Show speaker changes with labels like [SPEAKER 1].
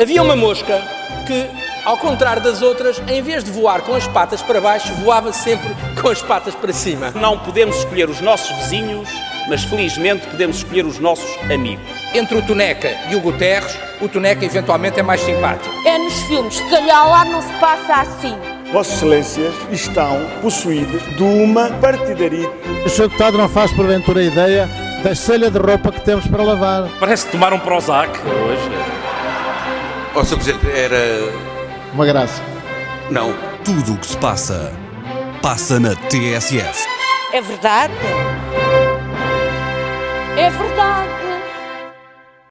[SPEAKER 1] Havia uma mosca que, ao contrário das outras, em vez de voar com as patas para baixo, voava sempre com as patas para cima.
[SPEAKER 2] Não podemos escolher os nossos vizinhos, mas felizmente podemos escolher os nossos amigos.
[SPEAKER 1] Entre o Toneca e o Guterres, o Toneca eventualmente é mais simpático.
[SPEAKER 3] É nos filmes, se calhar lá não se passa assim.
[SPEAKER 4] Vossas Excelências estão possuídos de uma partidarite.
[SPEAKER 5] O Sr. Deputado não faz porventura ideia da selha de roupa que temos para lavar.
[SPEAKER 6] Parece que tomaram Prozac hoje.
[SPEAKER 7] Ó, Sr. Presidente, era.
[SPEAKER 5] Uma graça.
[SPEAKER 7] Não.
[SPEAKER 8] Tudo o que se passa, passa na TSF.
[SPEAKER 3] É verdade? É verdade.